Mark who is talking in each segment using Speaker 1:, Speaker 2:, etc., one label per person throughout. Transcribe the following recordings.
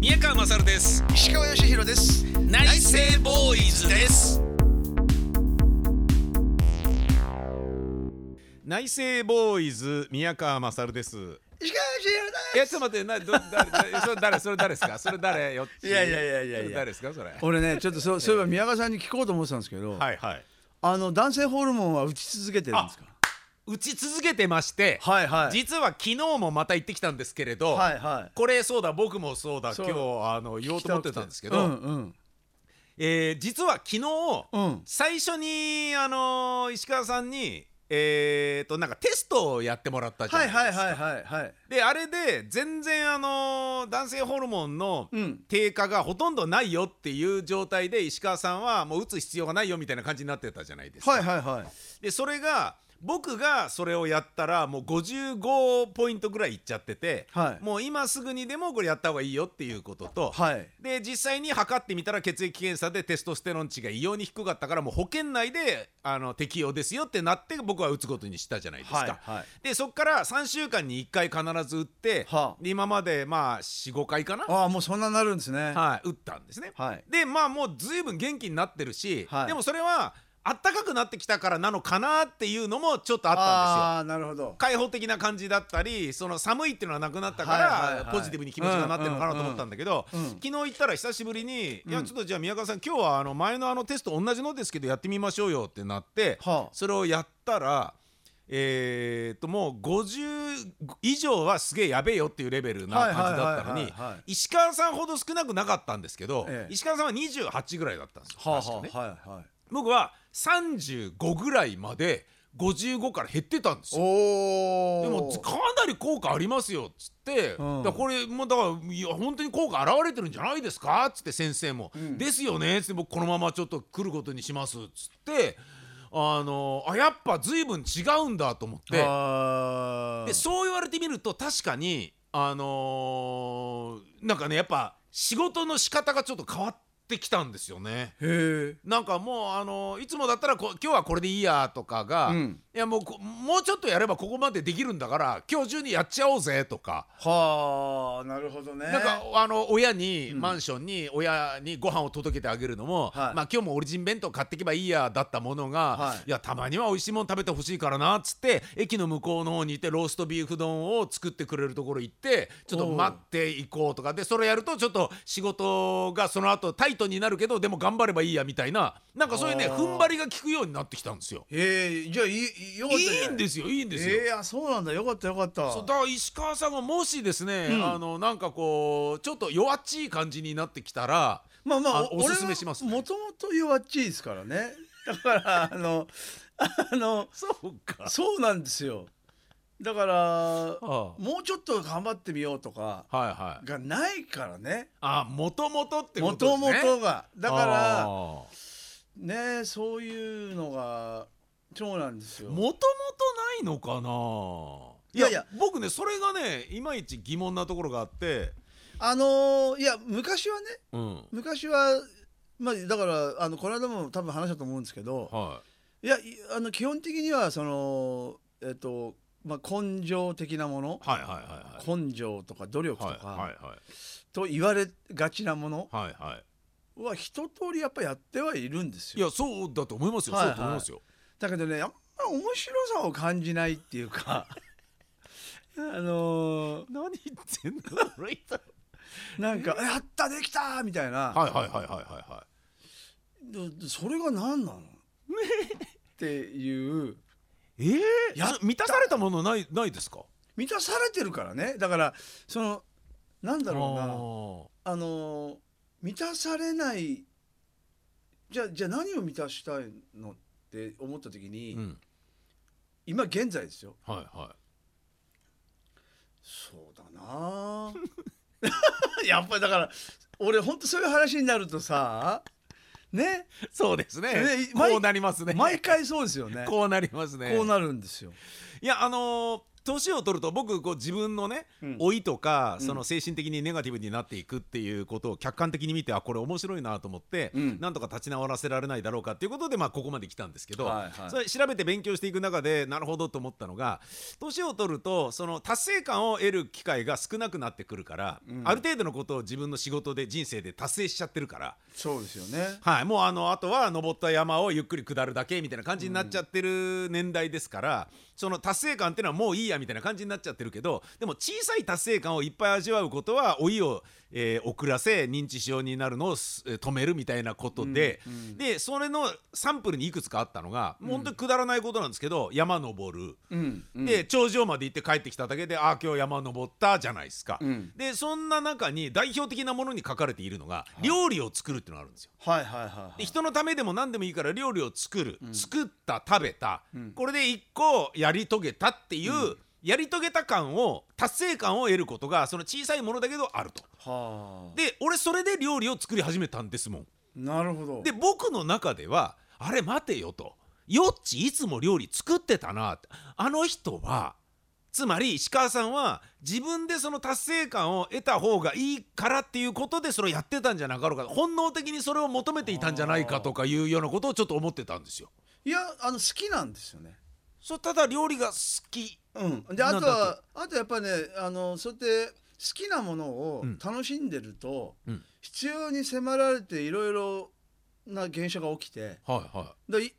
Speaker 1: 宮川勝です
Speaker 2: 石川義弘です
Speaker 1: 内政ボーイズです
Speaker 3: 内政ボーイズ宮川勝です。
Speaker 2: 石川義弘だ
Speaker 3: え、ちょっと待って、な、ど、誰、誰それ誰、それ誰ですか、それ誰よっち。
Speaker 2: いやいやいやいやいや
Speaker 3: それ誰ですか、それ。は
Speaker 2: 俺ねちょっとそうそういえば宮川さんに聞こうと思ってたんですけど、
Speaker 3: いはい。
Speaker 2: あの男性ホルモンは打ち続けてるんですか
Speaker 3: 打ち続けてまして、
Speaker 2: はいはい
Speaker 3: 実は昨日もまた行ってきたんですけれど、
Speaker 2: はいはい
Speaker 3: これそうだ僕もそうだ
Speaker 2: そ
Speaker 3: 今
Speaker 2: う
Speaker 3: 日あの言おうと思ってたんですけど、
Speaker 2: うんうん
Speaker 3: えー実は昨日、
Speaker 2: うん
Speaker 3: 最初にあのー石川さんにえー、となんかテストをやってもらったじゃな
Speaker 2: はいい
Speaker 3: ですか。
Speaker 2: はいはいはいはい
Speaker 3: であれで全然あのー男性ホルモンの
Speaker 2: うん
Speaker 3: 低下がほとんどないよっていう状態で石川さんはもう打つ必要がないよみたいな感じになってたじゃないですか。
Speaker 2: はいはいはい
Speaker 3: でそれが僕がそれをやったらもう55ポイントぐらいいっちゃってて、
Speaker 2: はい
Speaker 3: もう今すぐにでもこれやった方がいいよっていうことと、
Speaker 2: はい
Speaker 3: で実際に測ってみたら血液検査でテストステロン値が異様に低かったからもう保険内であの適用ですよってなって僕は打つことにしたじゃないですか。
Speaker 2: はいはい
Speaker 3: でそこから3週間に1回必ず打って、
Speaker 2: はあ
Speaker 3: で今までまあ45回かな、
Speaker 2: ああもうそんなになるんですね
Speaker 3: はい、打ったんですね。
Speaker 2: はい
Speaker 3: でまあもう随分元気になってるし、
Speaker 2: はい
Speaker 3: でもそれはあったかくなってきたからなのかなっていうのもちょっとあったんですよ。
Speaker 2: ああーなるほど
Speaker 3: 開放的な感じだったりその寒いっていうのはなくなったから、
Speaker 2: はいはいはい
Speaker 3: ポジティブに気持ちがなってるのかなと思ったんだけど、
Speaker 2: うんうんうん
Speaker 3: 昨日行ったら久しぶりに「いやちょっとじゃあ宮川さん今日はあの前のあのテスト同じのですけどやってみましょうよ」ってなって、
Speaker 2: はあ
Speaker 3: それをやったら。えーっともう50以上はすげえやべえよっていうレベルな感じだったの
Speaker 2: はい
Speaker 3: に
Speaker 2: はいはいはいはい
Speaker 3: 石川さんほど少なくなかったんですけど、
Speaker 2: ええ
Speaker 3: 石川さんは28ぐらいだったんですよ、
Speaker 2: は
Speaker 3: 確かね
Speaker 2: あはあはいはい
Speaker 3: 僕は35ぐらいまで55から減ってたんですよ
Speaker 2: おお
Speaker 3: でもかなり効果ありますよっつって、
Speaker 2: うん
Speaker 3: だからこれもうだからいや本当に効果現れてるんじゃないですかっつって先生も「
Speaker 2: ん
Speaker 3: ですよね」っつって僕このままちょっと来ることにしますっつってあのあやっぱ随分違うんだと思って
Speaker 2: あー
Speaker 3: でそう言われてみると確かにあのーなんかねやっぱ仕事の仕方がちょっと変わってきたんですよね。
Speaker 2: へえ
Speaker 3: なんかもうあのいつもだったらこ今日はこれでいいやとかが、
Speaker 2: うん
Speaker 3: いやもうこもうちょっとやればここまでできるんだから今日中にやっちゃおうぜとか、
Speaker 2: はあなるほどね
Speaker 3: なんかあの親に、マンションに親にご飯を届けてあげるのも、
Speaker 2: はい
Speaker 3: まあ今日もオリジン弁当買ってけばいいやだったものが、
Speaker 2: はい
Speaker 3: い、やたまには美味しいもん食べてほしいからなっつって駅の向こうの方にいてローストビーフ丼を作ってくれるところ行ってちょっと待っていこうとかでそれやるとちょっと仕事がその後タイトになるけどでも頑張ればいいやみたいななんかそういうね
Speaker 2: おー
Speaker 3: 踏ん張りが効くようになってきたんですよ。
Speaker 2: ええじゃあいいよかったじゃない
Speaker 3: いんですよいいんですよ。
Speaker 2: えー、あそうなんだよかったよかった
Speaker 3: そうだから石川さんがもしですね、
Speaker 2: うん
Speaker 3: あのなんかこうちょっと弱っちい感じになってきたら
Speaker 2: まあまあ
Speaker 3: あおすすめしますね
Speaker 2: もともと弱っちいですからね だからあの あの
Speaker 3: そうか
Speaker 2: そうなんですよだから
Speaker 3: あ
Speaker 2: もうちょっと頑張ってみようとか
Speaker 3: あはいはい
Speaker 2: がないからね
Speaker 3: あもともとってこ
Speaker 2: も
Speaker 3: とで
Speaker 2: と
Speaker 3: すね
Speaker 2: もとがだから
Speaker 3: も
Speaker 2: ねそういうのがそうなんですよ
Speaker 3: ともとないのかない
Speaker 2: いやいや
Speaker 3: 僕ねそれがねいまいち疑問なところがあって
Speaker 2: あのーいや昔はね
Speaker 3: うん
Speaker 2: 昔はまあだからあのこの間も多分話したと思うんですけど、
Speaker 3: はい
Speaker 2: やいあの基本的にはそのえっとまあ根性的なもの
Speaker 3: い、はいはいはいはい
Speaker 2: 根性とか努力とか、
Speaker 3: はいはいはい
Speaker 2: と言われがちなもの
Speaker 3: はいは
Speaker 2: は一通りやっぱやってはいるんです
Speaker 3: いい
Speaker 2: よ。
Speaker 3: やそうだと思いますよ、
Speaker 2: はいは
Speaker 3: そうだ
Speaker 2: い
Speaker 3: と思いますよ
Speaker 2: だけどねあんま面白さを感じないっていうか あのー
Speaker 3: 何言ってんだ俺いた
Speaker 2: なんか「やったできた!」みたいな、
Speaker 3: はいはいはいはいはいはい
Speaker 2: どそれが何なのっていう
Speaker 3: ええ
Speaker 2: やった
Speaker 3: 満たされたものないないですか。
Speaker 2: 満たされてるからねだからそのなんだ
Speaker 3: だ
Speaker 2: ろうな。あのー満たされないじゃあじゃあ何を満たしたいのって思った時に、
Speaker 3: うん。
Speaker 2: 今現在ですよ
Speaker 3: はいは
Speaker 2: そうだ なあやっぱりだから俺ほんとそういう話になるとさね
Speaker 3: い。そうですね
Speaker 2: ね。
Speaker 3: こうなりますね。
Speaker 2: 毎回そうですよねこ
Speaker 3: こうなりますね。
Speaker 2: うなるんですよ。
Speaker 3: いやあのー年を取ると僕こう自分のね、
Speaker 2: うん
Speaker 3: 老いとか
Speaker 2: うん
Speaker 3: その精神的にネガティブになっていくっていうことを客観的に見てあこれ面白いなと思って、
Speaker 2: うん
Speaker 3: なんとか立ち直らせられないだろうかっていうことでまあここまで来たんですけど、
Speaker 2: はいはい
Speaker 3: それ調べて勉強していく中でなるほどと思ったのが年を取るとその達成感を得る機会が少なくなってくるから、
Speaker 2: うん
Speaker 3: ある程度のことを自分の仕事で人生で達成しちゃってるから。
Speaker 2: そうですよね
Speaker 3: はい、もうあのあとは登った山をゆっくり下るだけみたいな感じになっちゃってる年代ですから、その達成感っていうのはもういいやみたいな感じになっちゃってるけどでも小さい達成感をいっぱい味わうことは老いを、えー遅らせ認知症になるのをすえー止めるみたいなことで、
Speaker 2: うんうん
Speaker 3: でそれのサンプルにいくつかあったのが、もう本当にくだらないことなんですけど山登る。
Speaker 2: うんうん
Speaker 3: で頂上まで行って帰ってきただけでああ今日山登ったじゃないですか、
Speaker 2: うん
Speaker 3: でそんな中に代表的なものに書かれているのが、料理を作るっていうのがあるんですよ
Speaker 2: はいはいはいは
Speaker 3: で
Speaker 2: い
Speaker 3: 人のためでも何でもいいから料理を作る、作った食べた、これで一個やり遂げたっていう、やり遂げた感を達成感を得ることがその小さいものだけどあると。
Speaker 2: はあ
Speaker 3: で俺それで料理を作り始めたんですもん。
Speaker 2: なるほど
Speaker 3: で僕の中ではあれ待てよとヨッチいつも料理作ってたなってあの人はつまり石川さんは自分でその達成感を得た方がいいからっていうことでそれをやってたんじゃなかろうか本能的にそれを求めていたんじゃないかとかいうようなことをちょっと思ってたんですよ。
Speaker 2: いやあの好きなんですよね
Speaker 3: そうただ料理が好き
Speaker 2: うん、であ
Speaker 3: なん
Speaker 2: と
Speaker 3: だと
Speaker 2: はあとやっぱねあのそうやって好きなものを
Speaker 3: うん
Speaker 2: 楽しんでると、
Speaker 3: うん
Speaker 2: 必要に迫られていろいろな現象が起きて
Speaker 3: はいは
Speaker 2: でい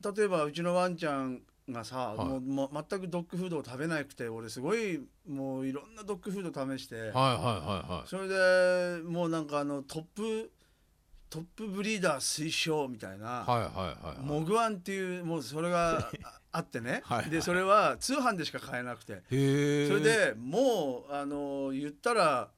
Speaker 2: た例えばうちのワンちゃんがさ、
Speaker 3: はい
Speaker 2: もうもう全くドッグフードを食べなくて俺すごいもういろんなドッグフード試して、
Speaker 3: いはいはいは
Speaker 2: それでもうなんかあのトップトップブリーダー推奨みたいな。
Speaker 3: はいはいはい
Speaker 2: モグワンっていうもうそれがああってね
Speaker 3: はいはい
Speaker 2: でそれは通販でしか買えなくて
Speaker 3: へえ
Speaker 2: それでもうあの言ったら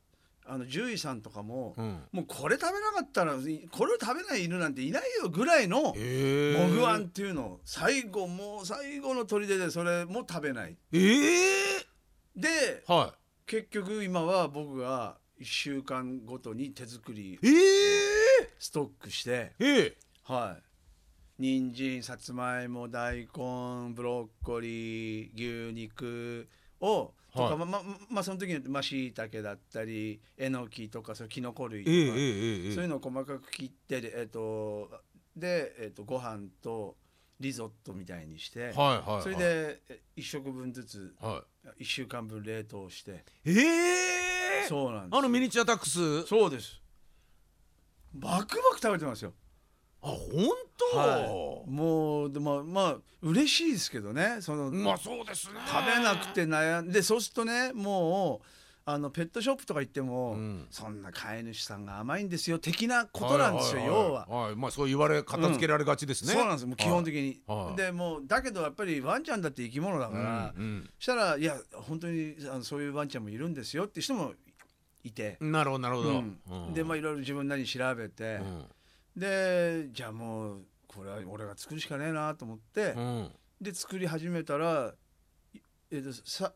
Speaker 2: あの獣医さんとかも、
Speaker 3: うん
Speaker 2: もうこれ食べなかったらいこれを食べない犬なんていないよぐらいの
Speaker 3: へえ
Speaker 2: モグワンっていうのを最後もう最後の砦でそれも食べない
Speaker 3: ええ
Speaker 2: で
Speaker 3: は
Speaker 2: 結局今は僕が1週間ごとに手作り
Speaker 3: いええ
Speaker 2: ストックして
Speaker 3: ええ
Speaker 2: はい人参さつまいも大根ブロッコリー牛肉をとか、
Speaker 3: はい
Speaker 2: まままあその時によってまあしいたけだったりえのきとかそういうきのこ類
Speaker 3: ええええ
Speaker 2: とか、
Speaker 3: ええ
Speaker 2: そういうのを細かく切ってでえっ、とで、えっとご飯とリゾットみたいにし
Speaker 3: は
Speaker 2: て、
Speaker 3: いはいはい、
Speaker 2: それでえ1食分ずつ
Speaker 3: は
Speaker 2: 1週間分冷凍して
Speaker 3: い、ええ
Speaker 2: そうなんです
Speaker 3: あのミニチュアタックス
Speaker 2: そうですバクバク食べてますよ
Speaker 3: あ本当、
Speaker 2: はい、もうでもまあ嬉しいですけどねその、
Speaker 3: まあそうですね
Speaker 2: 食べなくて悩んでそうするとねもうあのペットショップとか行っても、
Speaker 3: うん
Speaker 2: そんな飼い主さんが甘いんですよ的なことなんですよ、
Speaker 3: いいい
Speaker 2: 要は、
Speaker 3: はいまあそう言われ片付けられがちですね、
Speaker 2: そうなんですよもう基本的に、
Speaker 3: はいはい
Speaker 2: でもうだけどやっぱりワンちゃんだって生き物だから、
Speaker 3: うん
Speaker 2: したらいや本当にあのそういうワンちゃんもいるんですよって人もいて、
Speaker 3: うんなるほどなるほど、
Speaker 2: うんでまあいろいろ自分なりに調べて
Speaker 3: う、ん
Speaker 2: でじゃあもうこれは俺が作るしかねえなと思って、
Speaker 3: うん
Speaker 2: で作り始めたら、いえっと、さ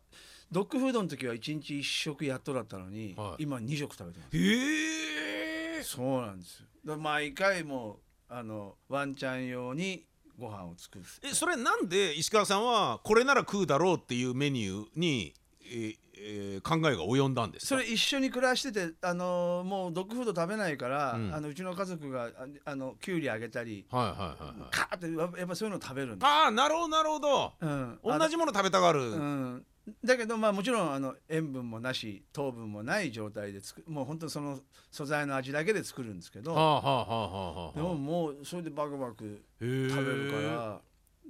Speaker 2: ドッグフードの時は1日1食やっとだったのに、
Speaker 3: はい
Speaker 2: 今2食食べてま
Speaker 3: ええ
Speaker 2: すそうなんですよだから毎回もうあのワンちゃん用にご飯を作る
Speaker 3: えそれなんで石川さんはこれなら食うだろうっていうメニューに、えーえー考えが及んだんですか
Speaker 2: それ一緒に暮らしてて、あのもうドッグフード食べないから、
Speaker 3: うん
Speaker 2: あのうちの家族がああのきゅうりあげたり
Speaker 3: はいはいはいはい
Speaker 2: カーってやっぱやっぱそういうの食べるんだ、
Speaker 3: ああなるほどなるほど
Speaker 2: うん、
Speaker 3: 同じもの食べたがる、
Speaker 2: うん、だけどまあもちろんあの塩分もなし糖分もない状態で作もう本当その素材の味だけで作るんですけ
Speaker 3: は
Speaker 2: ど
Speaker 3: あはあはあはあはあ
Speaker 2: でももうそれでバクバク
Speaker 3: へー
Speaker 2: 食べるから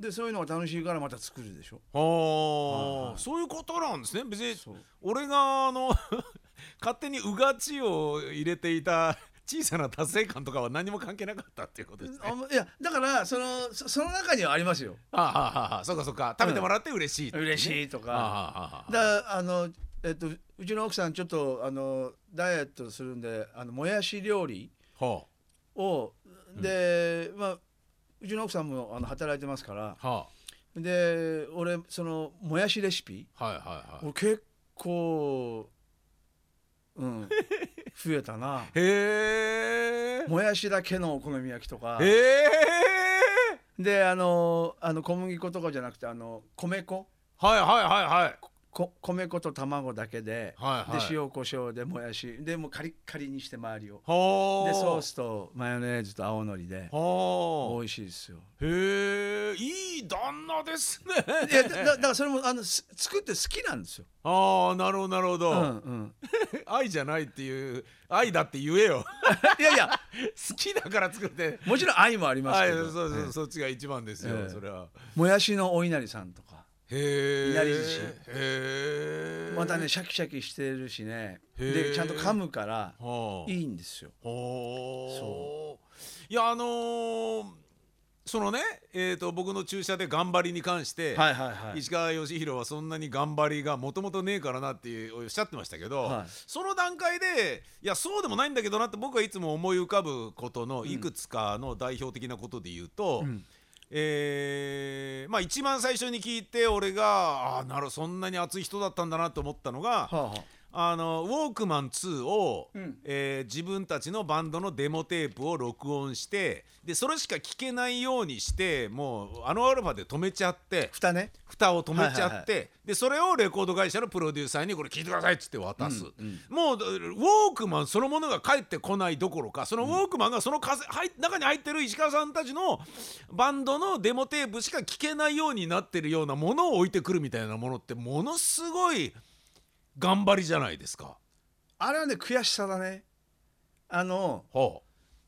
Speaker 2: でそういうのが楽しいからまた作るでしょ
Speaker 3: はあ、
Speaker 2: はいはい
Speaker 3: そういうことなんですね別に
Speaker 2: そう
Speaker 3: 俺があの 勝手にうがちを入れていた小さな達成感とかは何も関係なかったっていうことですね。
Speaker 2: あいやだからそのそその中にはありますよ
Speaker 3: ああはあはあそうかそうか食べてもらって嬉しいってね、
Speaker 2: 嬉しいと
Speaker 3: ああ
Speaker 2: か
Speaker 3: はあはあ
Speaker 2: だあのえっとうちの奥さんちょっとあのダイエットするんであのもやし料理
Speaker 3: は
Speaker 2: をで、まあうちの奥さんもあの働いてますから
Speaker 3: あは
Speaker 2: で俺そのもやしレシピ
Speaker 3: あはいはいはい
Speaker 2: 俺結構うん 増えたな
Speaker 3: へえ
Speaker 2: もやしだけのお好み焼きとか
Speaker 3: へえ
Speaker 2: であのあの小麦粉とかじゃなくてあの米粉
Speaker 3: はいはいはいはい
Speaker 2: こ米粉と卵だけで、
Speaker 3: はいはい
Speaker 2: で塩コショウでもやしでもうカリッカリにして周りを
Speaker 3: はあ
Speaker 2: でソースとマヨネーズと青のり
Speaker 3: は
Speaker 2: で
Speaker 3: あ
Speaker 2: 美味しいですよ
Speaker 3: へえいい旦那ですね
Speaker 2: いやだだだからそれもあのす作って好きなんですよ、
Speaker 3: ああなるほどなるほど、
Speaker 2: うんうん、
Speaker 3: 愛じゃないっていう愛だって言えよ
Speaker 2: いやいや
Speaker 3: 好きだから作って
Speaker 2: もちろん愛もあります
Speaker 3: は
Speaker 2: け
Speaker 3: い
Speaker 2: ど、
Speaker 3: そうそう、
Speaker 2: ええ
Speaker 3: そっちが一番ですよ、
Speaker 2: ええ
Speaker 3: それは
Speaker 2: もやしのお稲荷さんとか
Speaker 3: へえ
Speaker 2: いなり寿司
Speaker 3: へえ
Speaker 2: またねシャキシャキしてるしね
Speaker 3: へえ
Speaker 2: でちゃんと噛むから
Speaker 3: はあ
Speaker 2: いいんですよ
Speaker 3: ほういやあのーそのね、えー、と僕の注射で頑張りに関して、
Speaker 2: はいはいはい
Speaker 3: 石川義弘はそんなに頑張りがもともとねえからなっていうおっしゃってましたけど、
Speaker 2: はい
Speaker 3: その段階でいやそうでもないんだけどなって僕はいつも思い浮かぶことの
Speaker 2: ん
Speaker 3: いくつかの代表的なことで言うと、
Speaker 2: うん
Speaker 3: えーまあ、一番最初に聞いて俺がああなるほどそんなに熱い人だったんだなと思ったのが、
Speaker 2: はあはあ
Speaker 3: あのウォークマン2を、
Speaker 2: うん
Speaker 3: えー自分たちのバンドのデモテープを録音してでそれしか聞けないようにしてもうあのアルファで止めちゃって
Speaker 2: 蓋ね
Speaker 3: 蓋を止めちゃって、
Speaker 2: はいはい
Speaker 3: でそれをレコード会社のプロデューサーにこれ聞いてくださいっつって渡す、
Speaker 2: うんうん
Speaker 3: もうだウォークマンそのものが返ってこないどころかそのウォークマンがそのかせ入中に入ってる石川さんたちのバンドのデモテープしか聞けないようになってるようなものを置いてくるみたいなものってものすごい頑張りじゃないですか。
Speaker 2: あれはね悔しさだねあの
Speaker 3: は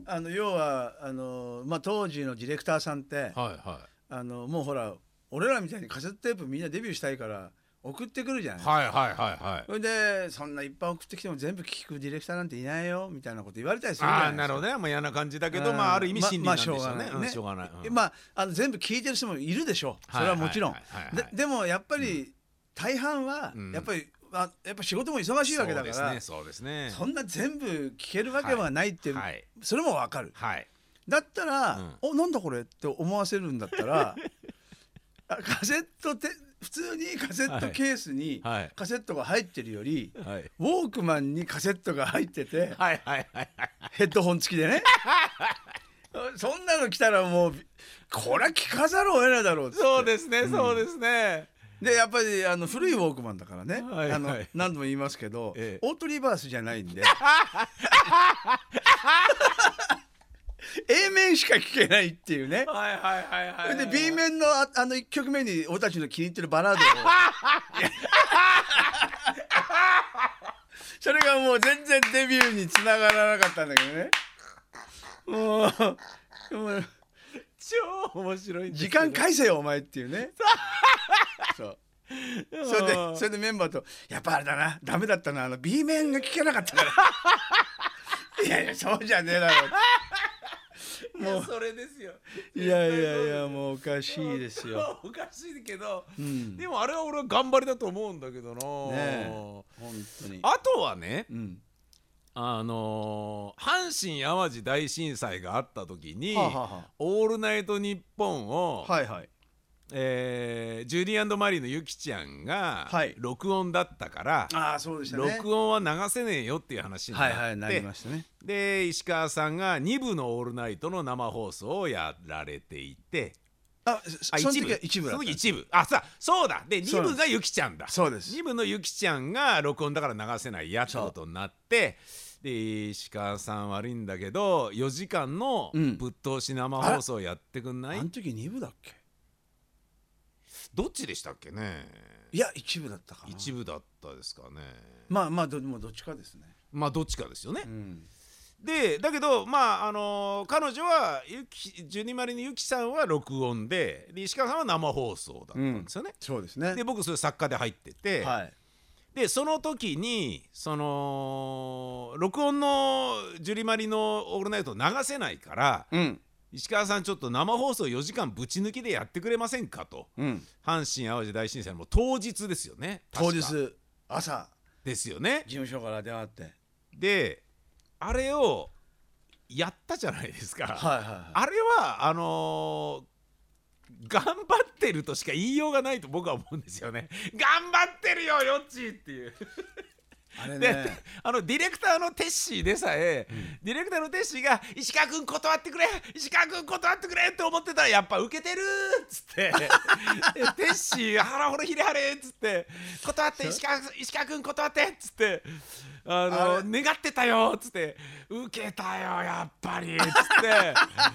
Speaker 2: あの要はあの、まあ、当時のディレクターさんって
Speaker 3: あ、はいは
Speaker 2: あのもうほら俺らみたいにカセットテープみんなデビューしたいから送ってくるじゃない
Speaker 3: いはいはいはいはい
Speaker 2: それでそんないっぱい送ってきても全部聞くディレクターなんていないよみたいなこと言われたりするじ
Speaker 3: ああ
Speaker 2: ゃないですか。
Speaker 3: なるほどね、まあ、嫌な感じだけど、
Speaker 2: うん
Speaker 3: まあ、ある意味
Speaker 2: ま
Speaker 3: 心理なんでしょうね,、
Speaker 2: まあしょうがないね
Speaker 3: しょうがない、うん
Speaker 2: まあ、あの全部聞いてる人もいるでしょうそれはもちろん
Speaker 3: はいはいはいはいはい
Speaker 2: ででもやっぱり大半は
Speaker 3: うん
Speaker 2: やっぱり、あやっぱ仕事も忙しいわけだからそ,、
Speaker 3: そうですねそうですね
Speaker 2: んな全部聞けるわけはないって、
Speaker 3: はい
Speaker 2: それもわかる
Speaker 3: はい
Speaker 2: だったら、おなんだこれって思わせるんだった らあカセットて普通にカセットケースに
Speaker 3: はいはい
Speaker 2: カセットが入ってるより、
Speaker 3: はい
Speaker 2: ウォークマンにカセットが入ってて、
Speaker 3: はいはいはい
Speaker 2: ヘッドホン付きでね そんなの来たらもうこれは聞かざるを得ないだろうっつって
Speaker 3: そうですね、そうですね
Speaker 2: でやっぱりあの古いウォークマンだからね、
Speaker 3: はいはい
Speaker 2: あの何度も言いますけど、
Speaker 3: ええ
Speaker 2: オートリバースじゃないんで A 面しか聞けないっていうね
Speaker 3: はいはいはいはい
Speaker 2: で B 面のああの1曲目に俺たちの気に入ってるバラード をそれがもう全然デビューにつながらなかったんだけどねもうもう
Speaker 3: 超面白いんです
Speaker 2: 時
Speaker 3: けど
Speaker 2: 間返せよお前っていうねそうそれで
Speaker 3: うん
Speaker 2: それでメンバーと「やっぱあれだなダメだったなあの B 面が聞けなかったから いやいやそうじゃねえだろ」
Speaker 3: いやそれですよ
Speaker 2: いやいやいやもうおかしいですよ。
Speaker 3: おかしいけど、
Speaker 2: ん
Speaker 3: でもあれは俺は頑張りだと思うんだけどな、
Speaker 2: ね本当に。
Speaker 3: あとはね
Speaker 2: うん。
Speaker 3: あのー阪神・淡路大震災があった時に「
Speaker 2: はあはあはあ
Speaker 3: オールナイトニッポンを」
Speaker 2: はいはい。
Speaker 3: えージュリーマリーのゆきちゃんが
Speaker 2: はい
Speaker 3: 録音だったから、
Speaker 2: ああそうでしたね。
Speaker 3: 録音は流せねえよっていう話になって、
Speaker 2: はいはいなりましたね。
Speaker 3: で石川さんが2部の「オールナイト」の生放送をやられていて。
Speaker 2: あそ
Speaker 3: あ
Speaker 2: そ
Speaker 3: 一
Speaker 2: の時
Speaker 3: 部
Speaker 2: は一部だ
Speaker 3: その
Speaker 2: った
Speaker 3: 時一部あさそうだで
Speaker 2: そ
Speaker 3: 2
Speaker 2: うなんです
Speaker 3: 部がゆきちゃんだ
Speaker 2: そうです
Speaker 3: 2部のゆきちゃんが録音だから流せないやってことになってで石川さん悪いんだけど4時間の
Speaker 2: うん
Speaker 3: ぶっ通し生放送やってくんない、
Speaker 2: あの時二部だっけ？
Speaker 3: どっちでしたっけね
Speaker 2: いや一部だったかな。
Speaker 3: 一部だったですかね
Speaker 2: まあまあどもうどっちかですね。
Speaker 3: まあどっちかですよね、
Speaker 2: うん。
Speaker 3: でだけどまああのー彼女はゆきジュニマリのゆきさんは録音でで石川さんは生放送だったんですよね、
Speaker 2: そうですね
Speaker 3: で。僕それ作家で入ってて、
Speaker 2: はい。
Speaker 3: でその時にその録音のジュリマリの「オールナイト」流せないから
Speaker 2: うん
Speaker 3: 石川さんちょっと生放送4時間ぶち抜きでやってくれませんかと
Speaker 2: うん。
Speaker 3: 阪神・淡路大震災の当日ですよね確
Speaker 2: 当
Speaker 3: か
Speaker 2: 日朝
Speaker 3: ですよね
Speaker 2: 事務所から電話あって。
Speaker 3: であれをやったじゃないですか、
Speaker 2: はいはいはい。
Speaker 3: あれはあのー頑張ってるとしか言いようがないと僕は思うんですよね頑張ってるよよっちーっていう
Speaker 2: あれ
Speaker 3: で
Speaker 2: ね
Speaker 3: あのディレクターのテッシーでさえ、ディレクターのテッシーが「石川君断ってくれ石川君断ってくれ!」って思ってたらやっぱ受けてるっつ ってでテッシー「腹ほれひれはれ」っつって「断って石川石川君断って」っつって。あの
Speaker 2: あ
Speaker 3: 願ってたよっつって受けたよやっぱりっつって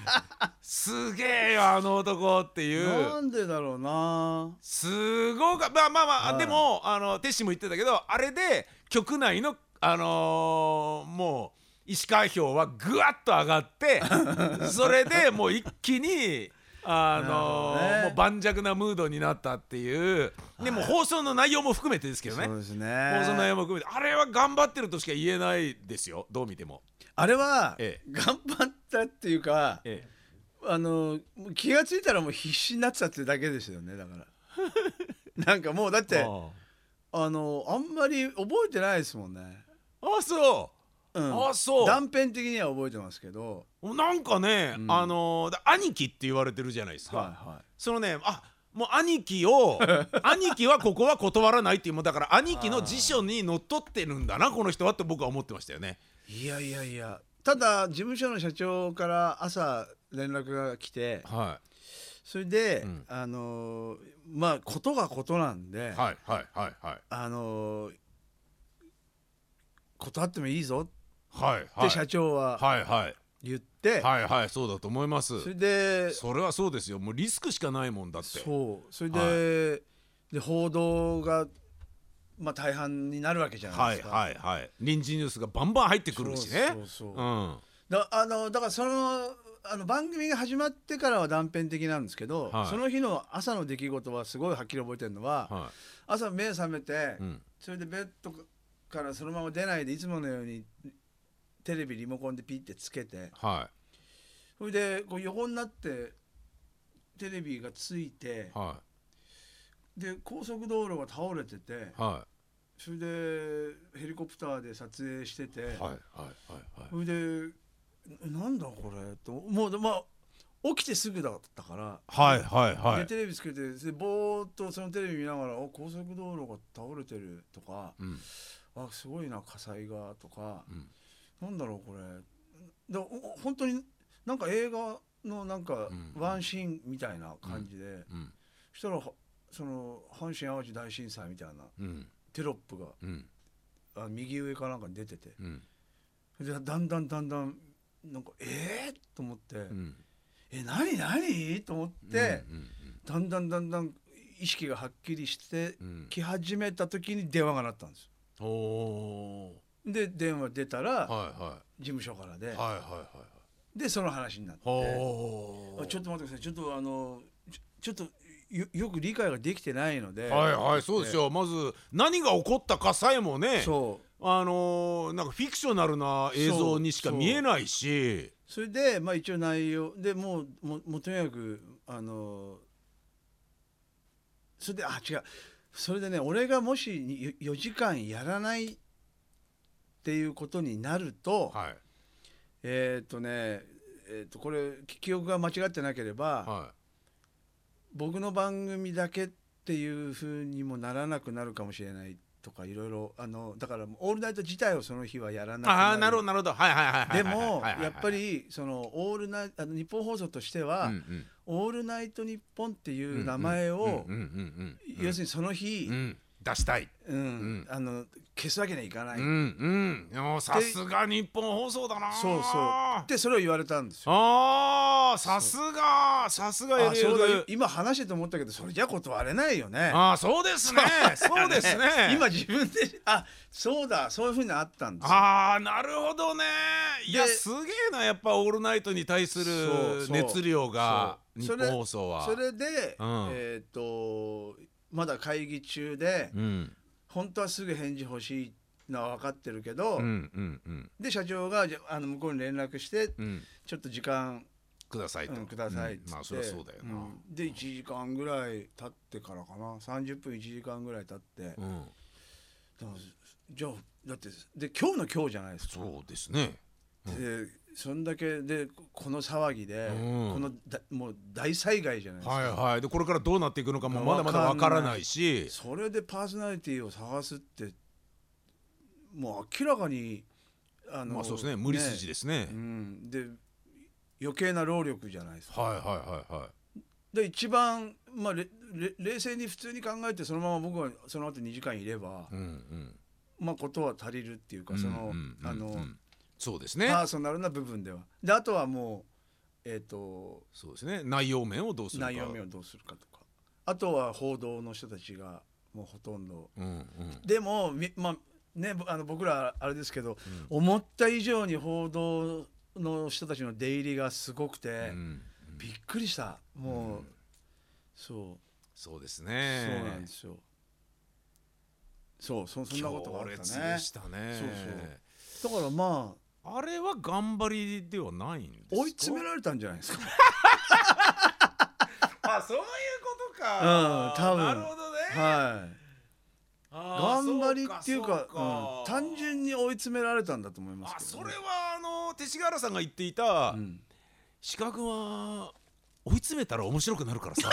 Speaker 3: すげえよあの男っていう
Speaker 2: なんでだろうな
Speaker 3: すごかまあまあまあ、
Speaker 2: はい
Speaker 3: でもあのテッシーも言ってたけどあれで局内のあのーもう石川票はぐわっと上がって それでもう一気に。あの
Speaker 2: なるほど
Speaker 3: ー
Speaker 2: ね
Speaker 3: もう盤石なムードになったっていうでも放送の内容も含めてですけどね
Speaker 2: そうです
Speaker 3: 放送の内
Speaker 2: ね
Speaker 3: 容も含めてあれは頑張ってるとしか言えないですよどう見ても、
Speaker 2: あれは
Speaker 3: え
Speaker 2: 頑張ったっていうか
Speaker 3: ええ、
Speaker 2: あのもう気が付いたらもう必死になっちゃってるだけですよねだから なんかもうだって
Speaker 3: ああ
Speaker 2: あのあんまり覚えてないですもんね、
Speaker 3: あそう
Speaker 2: うん、
Speaker 3: あそう
Speaker 2: 断片的には覚えてますけど
Speaker 3: なんかね、
Speaker 2: うん
Speaker 3: あのーだ兄貴って言われてるじゃないですか、
Speaker 2: はいはい
Speaker 3: そのねあもう兄貴 を兄貴はここは断らないっていうもうだから兄貴の辞書にのっとってるんだなこの人はって僕は思ってましたよね。
Speaker 2: いやいやいやただ事務所の社長から朝連絡が来て
Speaker 3: は
Speaker 2: それで、
Speaker 3: うん
Speaker 2: あのーまあことがことなんで、
Speaker 3: いはいはいはいはい
Speaker 2: あのー断ってもいいぞ
Speaker 3: はい
Speaker 2: っ
Speaker 3: は
Speaker 2: て
Speaker 3: い
Speaker 2: 社長は
Speaker 3: はいはい
Speaker 2: 言って、
Speaker 3: はいはいそうだと思います。
Speaker 2: それで
Speaker 3: それはそうですよもうリスクしかないもんだって。
Speaker 2: そうそれで,、
Speaker 3: は
Speaker 2: で報道が、まあ、大半になるわけじゃない
Speaker 3: は
Speaker 2: で
Speaker 3: い
Speaker 2: すか。
Speaker 3: はいはい臨時ニュースがバンバン入ってくるしね
Speaker 2: そう。そうそう
Speaker 3: うん
Speaker 2: だあのだからそのあの番組が始まってからは断片的なんですけど、
Speaker 3: はい
Speaker 2: その日の朝の出来事はすごいはっきり覚えてるのは、
Speaker 3: は
Speaker 2: 朝目覚めて、
Speaker 3: いうん
Speaker 2: それでベッドからそのまま出ないでいつものようにテレビリモコンでピッてつけて
Speaker 3: は
Speaker 2: それでこう横になってテレビがついて
Speaker 3: いは
Speaker 2: で高速道路が倒れてて
Speaker 3: いは
Speaker 2: それでヘリコプターで撮影してて、
Speaker 3: いはいはいはい
Speaker 2: それでなんだこれともうでまあ起きてすぐだったから。
Speaker 3: はいはいは
Speaker 2: で
Speaker 3: い。
Speaker 2: テレビつけてでぼーっとそのテレビ見ながらお高速道路が倒れてるとか
Speaker 3: うん
Speaker 2: あすごいな火災がとか、
Speaker 3: うん
Speaker 2: なんだろうこれでおお本当になんか映画のなんか
Speaker 3: うん
Speaker 2: ワンシーンみたいな感じで、
Speaker 3: うん
Speaker 2: そしたらはその阪神・淡路大震災みたいな
Speaker 3: うん
Speaker 2: テロップが
Speaker 3: うん
Speaker 2: あ右上かなんかに出てて
Speaker 3: うん
Speaker 2: でだんだんだんだんなんかえー、と思って、
Speaker 3: うん。
Speaker 2: え何何と思って。
Speaker 3: うん
Speaker 2: だんだんだんだん意識がはっきりして
Speaker 3: うん
Speaker 2: き始めた時に電話が鳴ったんです
Speaker 3: うん、おー
Speaker 2: で電話出たら
Speaker 3: はいは
Speaker 2: 事務所からで、
Speaker 3: いはいはいはい
Speaker 2: でその話になって
Speaker 3: はいお
Speaker 2: あ
Speaker 3: ー
Speaker 2: ちょっと待ってくださいちょっとあのちょちょっとよよく理解ができてないので
Speaker 3: はいはいそうですよまず何が起こったかさえもね
Speaker 2: そう
Speaker 3: あのー、なんかフィクショナルな映像にしか
Speaker 2: そう
Speaker 3: 見えないし
Speaker 2: それでまあ一応内容でもうももうとにかくあのそれであ違うそれでね俺がもし4時間やらないっていうことになると、
Speaker 3: はい
Speaker 2: えーっ、とね、えーっとこれき記憶が間違ってなければ、
Speaker 3: は
Speaker 2: 僕の番組だけっていうふうにもならなくなるかもしれないとかいろいろあのだからもうオールナイト自体をその日はやら
Speaker 3: い
Speaker 2: なく
Speaker 3: あ
Speaker 2: な
Speaker 3: あ
Speaker 2: る
Speaker 3: なるほどなるほどはいはいはいはい
Speaker 2: で
Speaker 3: は
Speaker 2: も
Speaker 3: いはいはいはい
Speaker 2: やっぱりそのオールナイあの日本放送としては、
Speaker 3: うんうん
Speaker 2: オールナイト日本ってい
Speaker 3: うんう
Speaker 2: うん名前
Speaker 3: うん
Speaker 2: を、
Speaker 3: うんうんうん
Speaker 2: 要するにその日
Speaker 3: う、ん出したい
Speaker 2: うん
Speaker 3: ん
Speaker 2: あの消すわけにはいかない、
Speaker 3: うんうんもうさすが日本放送だな
Speaker 2: そうそうでそれを言われたんですよ。
Speaker 3: あーさすがさすが
Speaker 2: あそうだ
Speaker 3: LL
Speaker 2: 今話してて思ったけどそれじゃ断れないよね。
Speaker 3: ああそうですね。そうですね。
Speaker 2: 今自分であそうだそういうふうにあったんですよ
Speaker 3: ああなるほどね。いや
Speaker 2: です
Speaker 3: げえなやっぱオールナイトに対する
Speaker 2: そうそう
Speaker 3: 熱量が
Speaker 2: そう
Speaker 3: 日
Speaker 2: それ
Speaker 3: 本放送は。
Speaker 2: それで、
Speaker 3: うん
Speaker 2: えっ、とまだ会議中で、
Speaker 3: うん
Speaker 2: 本当はすぐ返事欲しいのは分かってるけど、
Speaker 3: うんうんうん
Speaker 2: で社長がじゃあの向こうに連絡して
Speaker 3: うん
Speaker 2: ちょっと時間、
Speaker 3: くださいと。
Speaker 2: うんくださいっつって、
Speaker 3: うんまあそりゃそうだよな。
Speaker 2: うんで1時間ぐらい経ってからかな30分1時間ぐらい経って、で
Speaker 3: うん
Speaker 2: もじゃあだってで今日の今日じゃないですか
Speaker 3: そうですね。
Speaker 2: でそんだけでこの騒ぎで、
Speaker 3: うん
Speaker 2: このだもう大災害じゃないですか、
Speaker 3: はいはいでこれからどうなっていくのかもまだまだわ
Speaker 2: わ
Speaker 3: か
Speaker 2: かんない
Speaker 3: らないし。
Speaker 2: それでパーソナリティを探すってもう明らかにあの
Speaker 3: まあそうですね無理筋ですね
Speaker 2: うん、で余計な労力じゃないですか。
Speaker 3: はいはいはいはい
Speaker 2: で一番、まあ、れれ冷静に普通に考えてそのまま僕はその後2時間いれば、
Speaker 3: うんうん
Speaker 2: まあことは足りるっていうかその、
Speaker 3: うんうんうんうん
Speaker 2: あの、
Speaker 3: そうですね
Speaker 2: パーソナルな部分では。であとはもうえっ、と
Speaker 3: そうですね内容面をどうするか
Speaker 2: 内容面をどうするかとかあとは報道の人たちがもうほとんど
Speaker 3: うんうん
Speaker 2: でもみまあねぼあの僕らあれですけど、思った以上に報道の人たちの出入りがすごく
Speaker 3: う
Speaker 2: て、
Speaker 3: ん
Speaker 2: びっくりしたもう、そう
Speaker 3: そうです
Speaker 2: そうなん
Speaker 3: ね
Speaker 2: ですよ。そうそそんなことが
Speaker 3: 強
Speaker 2: あったね。
Speaker 3: 烈でしたね
Speaker 2: そうだからまあ
Speaker 3: あれは頑張りではないんですか
Speaker 2: 追い詰められたんじゃないですか。
Speaker 3: あそういうこと
Speaker 2: うん多分
Speaker 3: なるほどね、
Speaker 2: はい。
Speaker 3: あー
Speaker 2: 頑張りっていうか
Speaker 3: そうか
Speaker 2: うん単純に追い詰められたんだと思いま
Speaker 3: あ
Speaker 2: すけ
Speaker 3: そ
Speaker 2: ど
Speaker 3: れ
Speaker 2: ね、
Speaker 3: はあの勅使河原さんが言っていた、
Speaker 2: うん
Speaker 3: 資格は追い詰めたら面白くなるからさ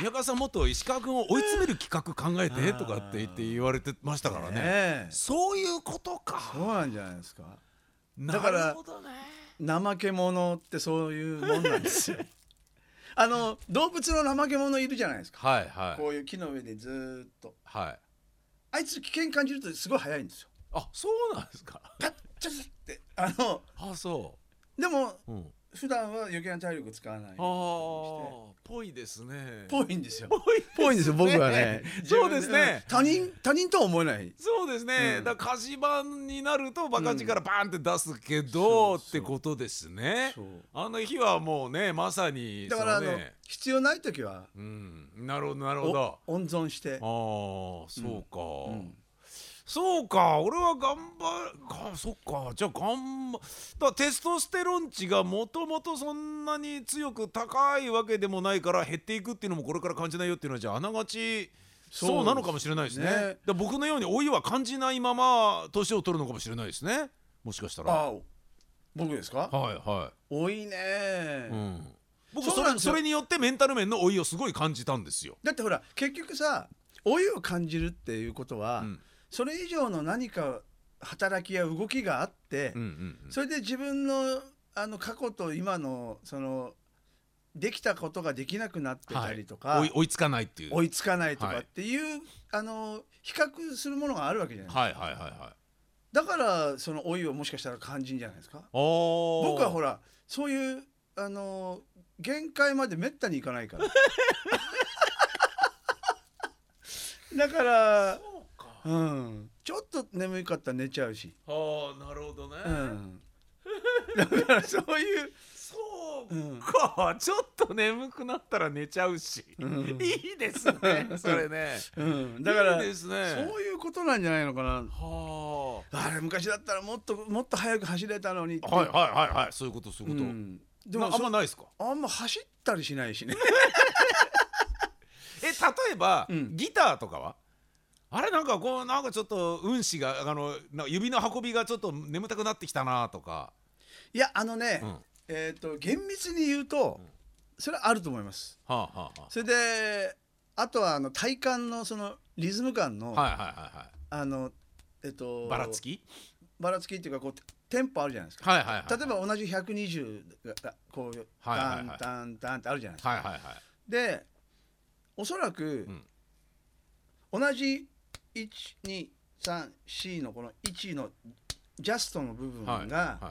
Speaker 3: 宮川さんもっと石川君を追い詰める企画考えてとかって言って言われてましたからね
Speaker 2: ねえ
Speaker 3: そういうこと
Speaker 2: そう
Speaker 3: か
Speaker 2: なんじゃないですかだから
Speaker 3: なるほどね
Speaker 2: 怠け者ってそういうもんなんです よあの動物の怠け者いるじゃないですか
Speaker 3: はいは
Speaker 2: こういう木の上でずーっと
Speaker 3: はい
Speaker 2: あいつ危険感じるとすごい早いんですよ
Speaker 3: あそうなんですか
Speaker 2: パッチャスってあの
Speaker 3: あそ
Speaker 2: でも
Speaker 3: う、うん、
Speaker 2: 普段は余計な体力使わない
Speaker 3: あーぽいですね
Speaker 2: ぽいんですよ
Speaker 3: ぽい
Speaker 2: ぽいんですよ僕はね
Speaker 3: そうですね
Speaker 2: 自分でうん他人他人とは思えない
Speaker 3: そうですね、
Speaker 2: うん
Speaker 3: だから火事場になるとバカ力からバーンって出すけど、
Speaker 2: う
Speaker 3: っ
Speaker 2: んそうそう
Speaker 3: てことですね
Speaker 2: そう
Speaker 3: あの日はもうねまさに
Speaker 2: だからあ
Speaker 3: そ
Speaker 2: の
Speaker 3: のね
Speaker 2: 必要ない時は
Speaker 3: うんなるほどなるほど
Speaker 2: お温存し
Speaker 3: あ
Speaker 2: て
Speaker 3: あーそうか、
Speaker 2: うん
Speaker 3: そうか俺は頑張るかそっかじゃあ頑張だからテストステロン値がもともとそんなに強く高いわけでもないから減っていくっていうのもこれから感じないよっていうのはじゃああながち
Speaker 2: そうです
Speaker 3: そうなのかもしれないですね
Speaker 2: ね
Speaker 3: だから僕のように老いは感じないまま年を取るのかもしれないですねもしかしたらは
Speaker 2: あ僕ですか
Speaker 3: いは
Speaker 2: 多いね、
Speaker 3: い、うん、僕
Speaker 2: そう
Speaker 3: そ
Speaker 2: なん
Speaker 3: れ
Speaker 2: ですよ
Speaker 3: それによってメンタル面の老いをすごい感じたんですよ、
Speaker 2: だってほら結局さ老いを感じるっていうことは、
Speaker 3: うん
Speaker 2: それ以上の何か働きや動きがあって、
Speaker 3: うんうんうん
Speaker 2: それで自分のあの過去と今のそのできたことができなくなってたりとか、
Speaker 3: 追い追いつかないっていう
Speaker 2: 追
Speaker 3: はい
Speaker 2: いつかないと
Speaker 3: は
Speaker 2: か
Speaker 3: い
Speaker 2: っていう、あの比較するものがあるわけじゃない、
Speaker 3: はいはいはい
Speaker 2: だからその老いをもしかしたら感じんじゃないですか僕
Speaker 3: 僕
Speaker 2: はほらそういうあの限界までめったにいかな いからだから
Speaker 3: そうか
Speaker 2: うんちょっと眠かったら寝ちゃうし、
Speaker 3: ああなるほどね、
Speaker 2: うん、だからそういう、
Speaker 3: そう
Speaker 2: うん、
Speaker 3: かちょっと眠くなったら寝ちゃうし、
Speaker 2: うん
Speaker 3: いいですねそれね
Speaker 2: うん、だから
Speaker 3: いいですね
Speaker 2: そういうことなんじゃないのかな
Speaker 3: は
Speaker 2: あれ昔だったらもっともっと早く走れたのにって
Speaker 3: あはいはいはいはいそういうことそういううこと、
Speaker 2: ん、で
Speaker 3: な
Speaker 2: も
Speaker 3: あんま
Speaker 2: そ
Speaker 3: ないですか
Speaker 2: あんま走ったりしないしね
Speaker 3: え例えば、
Speaker 2: うん
Speaker 3: ギターとかはあれなんかこうなんかちょっと運指があのな指の運びがちょっと眠たくなってきたなとか、
Speaker 2: いやあのね、
Speaker 3: うんは
Speaker 2: えっ、と厳密に言うと
Speaker 3: うん
Speaker 2: それはあると思います
Speaker 3: あ、はあはあ
Speaker 2: それであとはあの体感のそのリズム感の、
Speaker 3: はいはいはいは
Speaker 2: あのえっと
Speaker 3: いばらつき
Speaker 2: ばらつきっていうかこうテンポあるじゃないですか、
Speaker 3: はいはいはい
Speaker 2: 例えば同じ120がこう
Speaker 3: はいはい
Speaker 2: タ
Speaker 3: はい
Speaker 2: ンタンタンってあるじゃないですか、
Speaker 3: はいはいはい
Speaker 2: でおそらく、同じ123C のこの1のジャストの部分
Speaker 3: はい
Speaker 2: が
Speaker 3: はい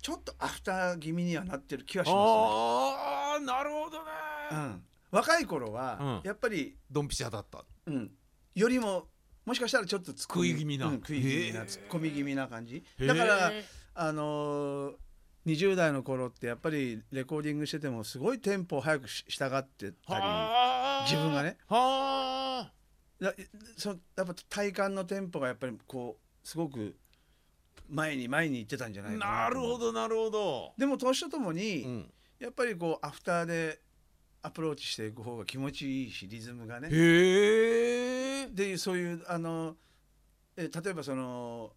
Speaker 2: ちょっとアフター気味にはなってる気はしま
Speaker 3: ああなるほどね、
Speaker 2: すね、うん、若い頃は
Speaker 3: うん
Speaker 2: やっぱり、
Speaker 3: ドンピシャだった
Speaker 2: うん、よりももしかしたらちょっとツッコミ
Speaker 3: 食い気味な
Speaker 2: うん食い気味
Speaker 3: へ
Speaker 2: な
Speaker 3: ー
Speaker 2: ツッコミ気味な感じだからあのー20代の頃ってやっぱりレコーディングしててもすごいテンポを早くし従ってたり自分がね
Speaker 3: はあ
Speaker 2: だそやっぱ体感のテンポがやっぱりこうすごく前に前に行ってたんじゃないか
Speaker 3: な
Speaker 2: な
Speaker 3: るほ
Speaker 2: ど
Speaker 3: どなるほど、
Speaker 2: でも年とともに、
Speaker 3: うん、
Speaker 2: やっぱりこうアフターでアプローチしていく方が気持ちいいしリズムがね
Speaker 3: へえ
Speaker 2: でそういうあのえ例えばその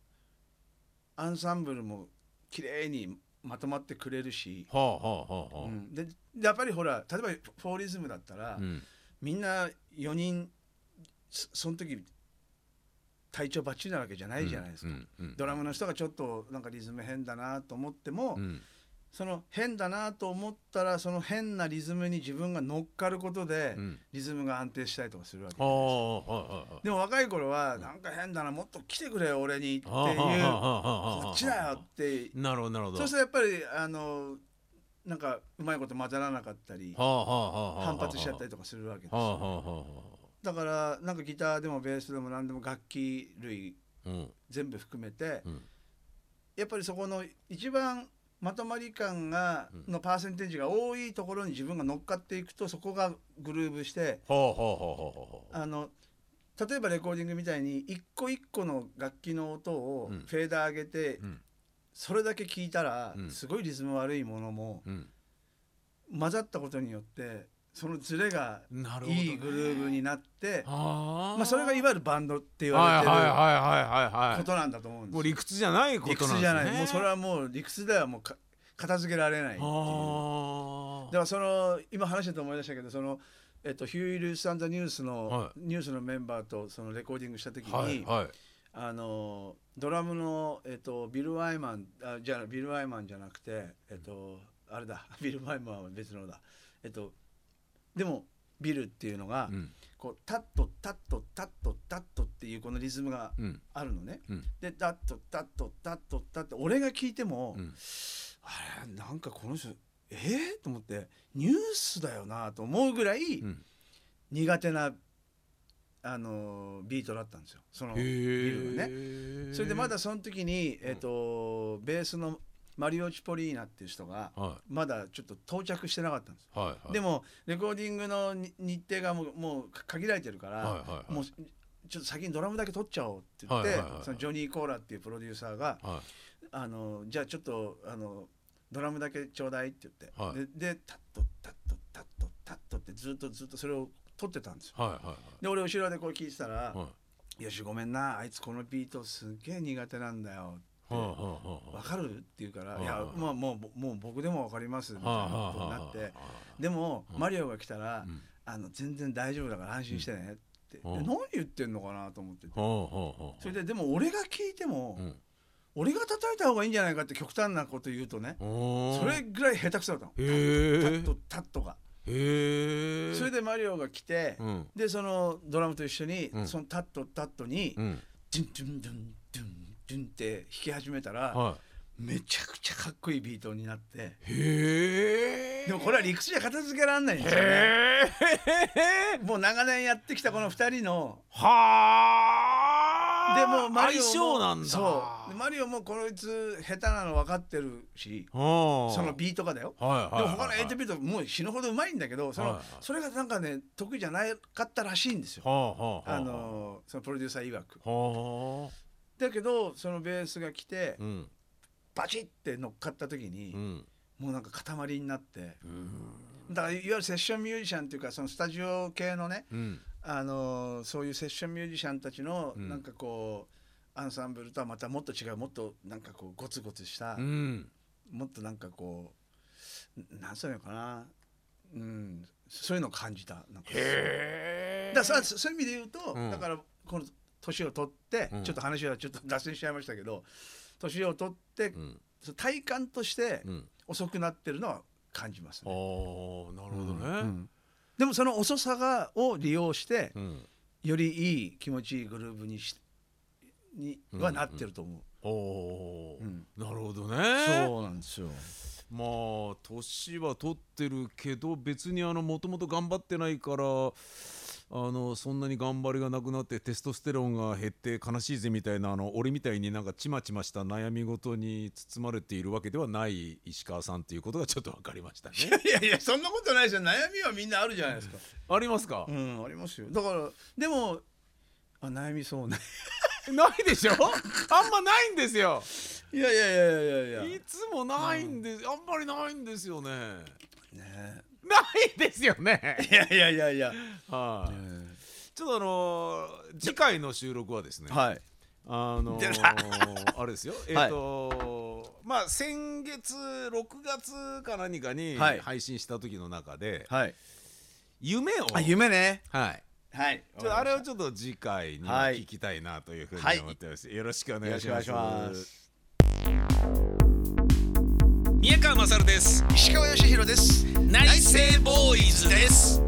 Speaker 2: アンサンブルも綺麗にまとまってくれるし、
Speaker 3: はあはあはあはあ
Speaker 2: うん、ででやっぱりほら例えばフォーリズムだったら、
Speaker 3: うん
Speaker 2: みんな4人そその時体調ばっちりなわけじゃないじゃないですか、
Speaker 3: うんうん
Speaker 2: ドラムの人がちょっとなんかリズム変だなと思っても、
Speaker 3: うん
Speaker 2: その変だなと思ったらその変なリズムに自分が乗っかることで、
Speaker 3: うん
Speaker 2: リズムが安定したりとかするわけ
Speaker 3: ああはいはいはい
Speaker 2: でも若い頃はなんか変だなもっと来てくれよ俺にっていう
Speaker 3: ああはあはあはあ
Speaker 2: こっちだよって
Speaker 3: なるほどなるほど
Speaker 2: そうするとやっぱりあのなんかうまいこと混ざらなかったり
Speaker 3: はあはあはあはあ
Speaker 2: 反発しちゃったりとかするわけです
Speaker 3: はあは
Speaker 2: よ
Speaker 3: あは
Speaker 2: だからなんかギターでもベースでも何でも楽器類
Speaker 3: あうん
Speaker 2: 全部含めて
Speaker 3: うん
Speaker 2: やっぱりそこの一番まとまり感がのパーセンテージが多いところに自分が乗っかっていくとそこがグルーブして
Speaker 3: はあはあはあはあはあ
Speaker 2: あの例えばレコーディングみたいに一個一個の楽器の音を
Speaker 3: うん
Speaker 2: フェーダー上げて
Speaker 3: うん
Speaker 2: それだけ聞いたら
Speaker 3: うん
Speaker 2: すごいリズム悪いものも
Speaker 3: うん
Speaker 2: 混ざったことによってそのズレが
Speaker 3: なるほどね
Speaker 2: いいグルーヴになって
Speaker 3: ああ
Speaker 2: まあそれがい
Speaker 3: 今
Speaker 2: わゆるバンドって言
Speaker 3: はいはい
Speaker 2: われてる
Speaker 3: はいはいは
Speaker 2: ことなんだと思うん
Speaker 3: い
Speaker 2: です
Speaker 3: も
Speaker 2: よ
Speaker 3: う理屈じゃないことなん
Speaker 2: 理
Speaker 3: ですね
Speaker 2: 屈じゃないもうそれはもう理屈ではもうか片付けられないっていう
Speaker 3: あ
Speaker 2: だからその今話してて思い出したけどその、えっと、ヒューイ・ルース・アンド・ニュースの、
Speaker 3: はい
Speaker 2: ニュースのメンバーとそのレコーディングした時に、
Speaker 3: あはいはい
Speaker 2: あのドラムの、えっと、ビル・ワイマンあじゃあビル・ワイマンじゃなくて、えっと、あれだ ビル・ワイマンは別のだえっとでもビルっていうのが、
Speaker 3: うん
Speaker 2: こうタッとタッとタッとタッとっていうこのリズムが
Speaker 3: うん
Speaker 2: あるのね、
Speaker 3: うん
Speaker 2: でタッとタッとタッとタッと俺が聞いても、
Speaker 3: うん
Speaker 2: あれなんかこの人えー、と思ってニュースだよなと思うぐらい
Speaker 3: うん
Speaker 2: 苦手な、あのービートだったんですよその
Speaker 3: へ
Speaker 2: ビルがね。
Speaker 3: え
Speaker 2: それでまだその時に、えっとベースのマリオ・チポリーナっていう人が
Speaker 3: は
Speaker 2: まだちょっと到着してなかったんですよ。
Speaker 3: いはいはい
Speaker 2: でもレコーディングのに日程がもうもう限られてるから、
Speaker 3: はいはいはい
Speaker 2: もうちょっと先にドラムだけ取っちゃおうって言って、
Speaker 3: はいはいはいはい
Speaker 2: そのジョニー・コーラっていうプロデューサーが
Speaker 3: は
Speaker 2: 「あのじゃあちょっとあのドラムだけちょうだい」って言って、
Speaker 3: はい
Speaker 2: ででタッとタッとタッとタッとってずっとずっとそれを取ってたんですよ。
Speaker 3: いはいはい
Speaker 2: で俺後ろでこう聞いてたら
Speaker 3: はい
Speaker 2: 「よしごめんなあいつこのビートすっげえ苦手なんだよ」
Speaker 3: はいはい
Speaker 2: わかる?」って言うから
Speaker 3: は
Speaker 2: 「
Speaker 3: い
Speaker 2: いやまあもうもう僕でもわかります」みたいなことにな
Speaker 3: はいはいは
Speaker 2: っ
Speaker 3: いは
Speaker 2: て
Speaker 3: い
Speaker 2: でもマリオが来たら
Speaker 3: ん
Speaker 2: 「あの全然大丈夫だから安心してね」ってで
Speaker 3: うん
Speaker 2: 何言ってんのかなと思ってて
Speaker 3: ほうほうほう
Speaker 2: それででも俺が聞いても
Speaker 3: うん
Speaker 2: 俺が叩いた方がいいんじゃないかって極端なこと言うとね
Speaker 3: おー
Speaker 2: それぐらい下手くそだったの
Speaker 3: へ
Speaker 2: タ
Speaker 3: え
Speaker 2: ッとタッとが。
Speaker 3: へえ
Speaker 2: それ
Speaker 3: で
Speaker 2: でマリオが来て
Speaker 3: うん
Speaker 2: でそのドラムと一緒に
Speaker 3: うん
Speaker 2: そのタッとタッとに
Speaker 3: う
Speaker 2: 「
Speaker 3: ん
Speaker 2: ドゥンドゥンドゥンドゥンドゥン」って弾き始めたら
Speaker 3: は
Speaker 2: めちゃくちゃかっこいいビートになって。
Speaker 3: いへえ
Speaker 2: でもこれは理屈じゃ片付けられないんですよね。
Speaker 3: へえ
Speaker 2: もう長年やってきたこの二人の。
Speaker 3: はあ
Speaker 2: でもうマリオも
Speaker 3: 相性なんだ
Speaker 2: そう。でマリオもこいつ下手なの分かってるし、そ
Speaker 3: そ
Speaker 2: のビートがだよ。
Speaker 3: はい
Speaker 2: で
Speaker 3: はい
Speaker 2: も
Speaker 3: はい
Speaker 2: 他の
Speaker 3: はい
Speaker 2: 8ビートもう死ぬほどうまいんだけど、その、
Speaker 3: はいはい
Speaker 2: それがなんかね得意じゃなかったらしいんですよ。
Speaker 3: はあはあは
Speaker 2: あのそのプロデューサー曰く。
Speaker 3: はあ
Speaker 2: だけどそのベースが来て
Speaker 3: うん
Speaker 2: バチって乗っかった時に、
Speaker 3: うん
Speaker 2: もうなんか塊になって。だからいわゆるセッションミュージシャンっていうかそのスタジオ系のね。
Speaker 3: うん
Speaker 2: あのーそういうセッションミュージシャンたちの
Speaker 3: うん
Speaker 2: なんかこう、アンサンブルとはまたもっと違うもっとなんかこうゴツゴツした、
Speaker 3: うん
Speaker 2: もっとなんかこうなんそういうのかな、うん、そういうのを感じたなんか
Speaker 3: へえ
Speaker 2: だからそそういう意味で言うと、
Speaker 3: うん
Speaker 2: だからこの年を取って、
Speaker 3: うん
Speaker 2: ちょっと話はちょっと脱線しちゃいましたけど年を取って、
Speaker 3: うん
Speaker 2: その体感として
Speaker 3: うん
Speaker 2: 遅くなってるのは感じます
Speaker 3: ああ
Speaker 2: ね。
Speaker 3: なるほど
Speaker 2: う
Speaker 3: ね
Speaker 2: んでもその遅さがを利用して、
Speaker 3: うん
Speaker 2: よりいい気持ちいいグルーヴにしに
Speaker 3: うん
Speaker 2: はなってると思う、
Speaker 3: おお
Speaker 2: うん
Speaker 3: なるほどね
Speaker 2: うなんですよ
Speaker 3: まあ年は取ってるけど別にあのもともと頑張ってないからあのそんなに頑張りがなくなってテストステロンが減って悲しいぜみたいなあの俺みたいになんかちまちました悩み事に包まれているわけではない石川さんということがちょっと分かりましたね。
Speaker 2: いやいやそんなことないですよ悩みはみんなあるじゃないですか
Speaker 3: ありますか
Speaker 2: う、んありますよだからでもあ悩みそうね
Speaker 3: ないでしょあんまないんですよ
Speaker 2: いやいやいやいやいや
Speaker 3: いつもないんです、あんまりないんですよね
Speaker 2: ね
Speaker 3: ないですよね
Speaker 2: いやいやいやいや、
Speaker 3: はい、
Speaker 2: え
Speaker 3: ちょっとあのー次回の収録はですね
Speaker 2: ーはい
Speaker 3: あのー
Speaker 2: 出た
Speaker 3: あれですよ、えっ、とまあ先月6月か何かに
Speaker 2: はい
Speaker 3: 配信した時の中で、
Speaker 2: はい
Speaker 3: 夢を
Speaker 2: あ夢ね
Speaker 3: はい
Speaker 2: はい
Speaker 3: ちょっとあれをちょっと次回に
Speaker 2: はい
Speaker 3: 聞きたいなというふうに
Speaker 2: はい
Speaker 3: 思ってます、よろしくお
Speaker 2: よ
Speaker 3: 願
Speaker 2: ろ
Speaker 3: い
Speaker 2: し
Speaker 3: し
Speaker 2: くお願
Speaker 3: ます
Speaker 2: いします
Speaker 1: 宮川勝です
Speaker 4: 石川義弘です
Speaker 1: 内政ボーイズです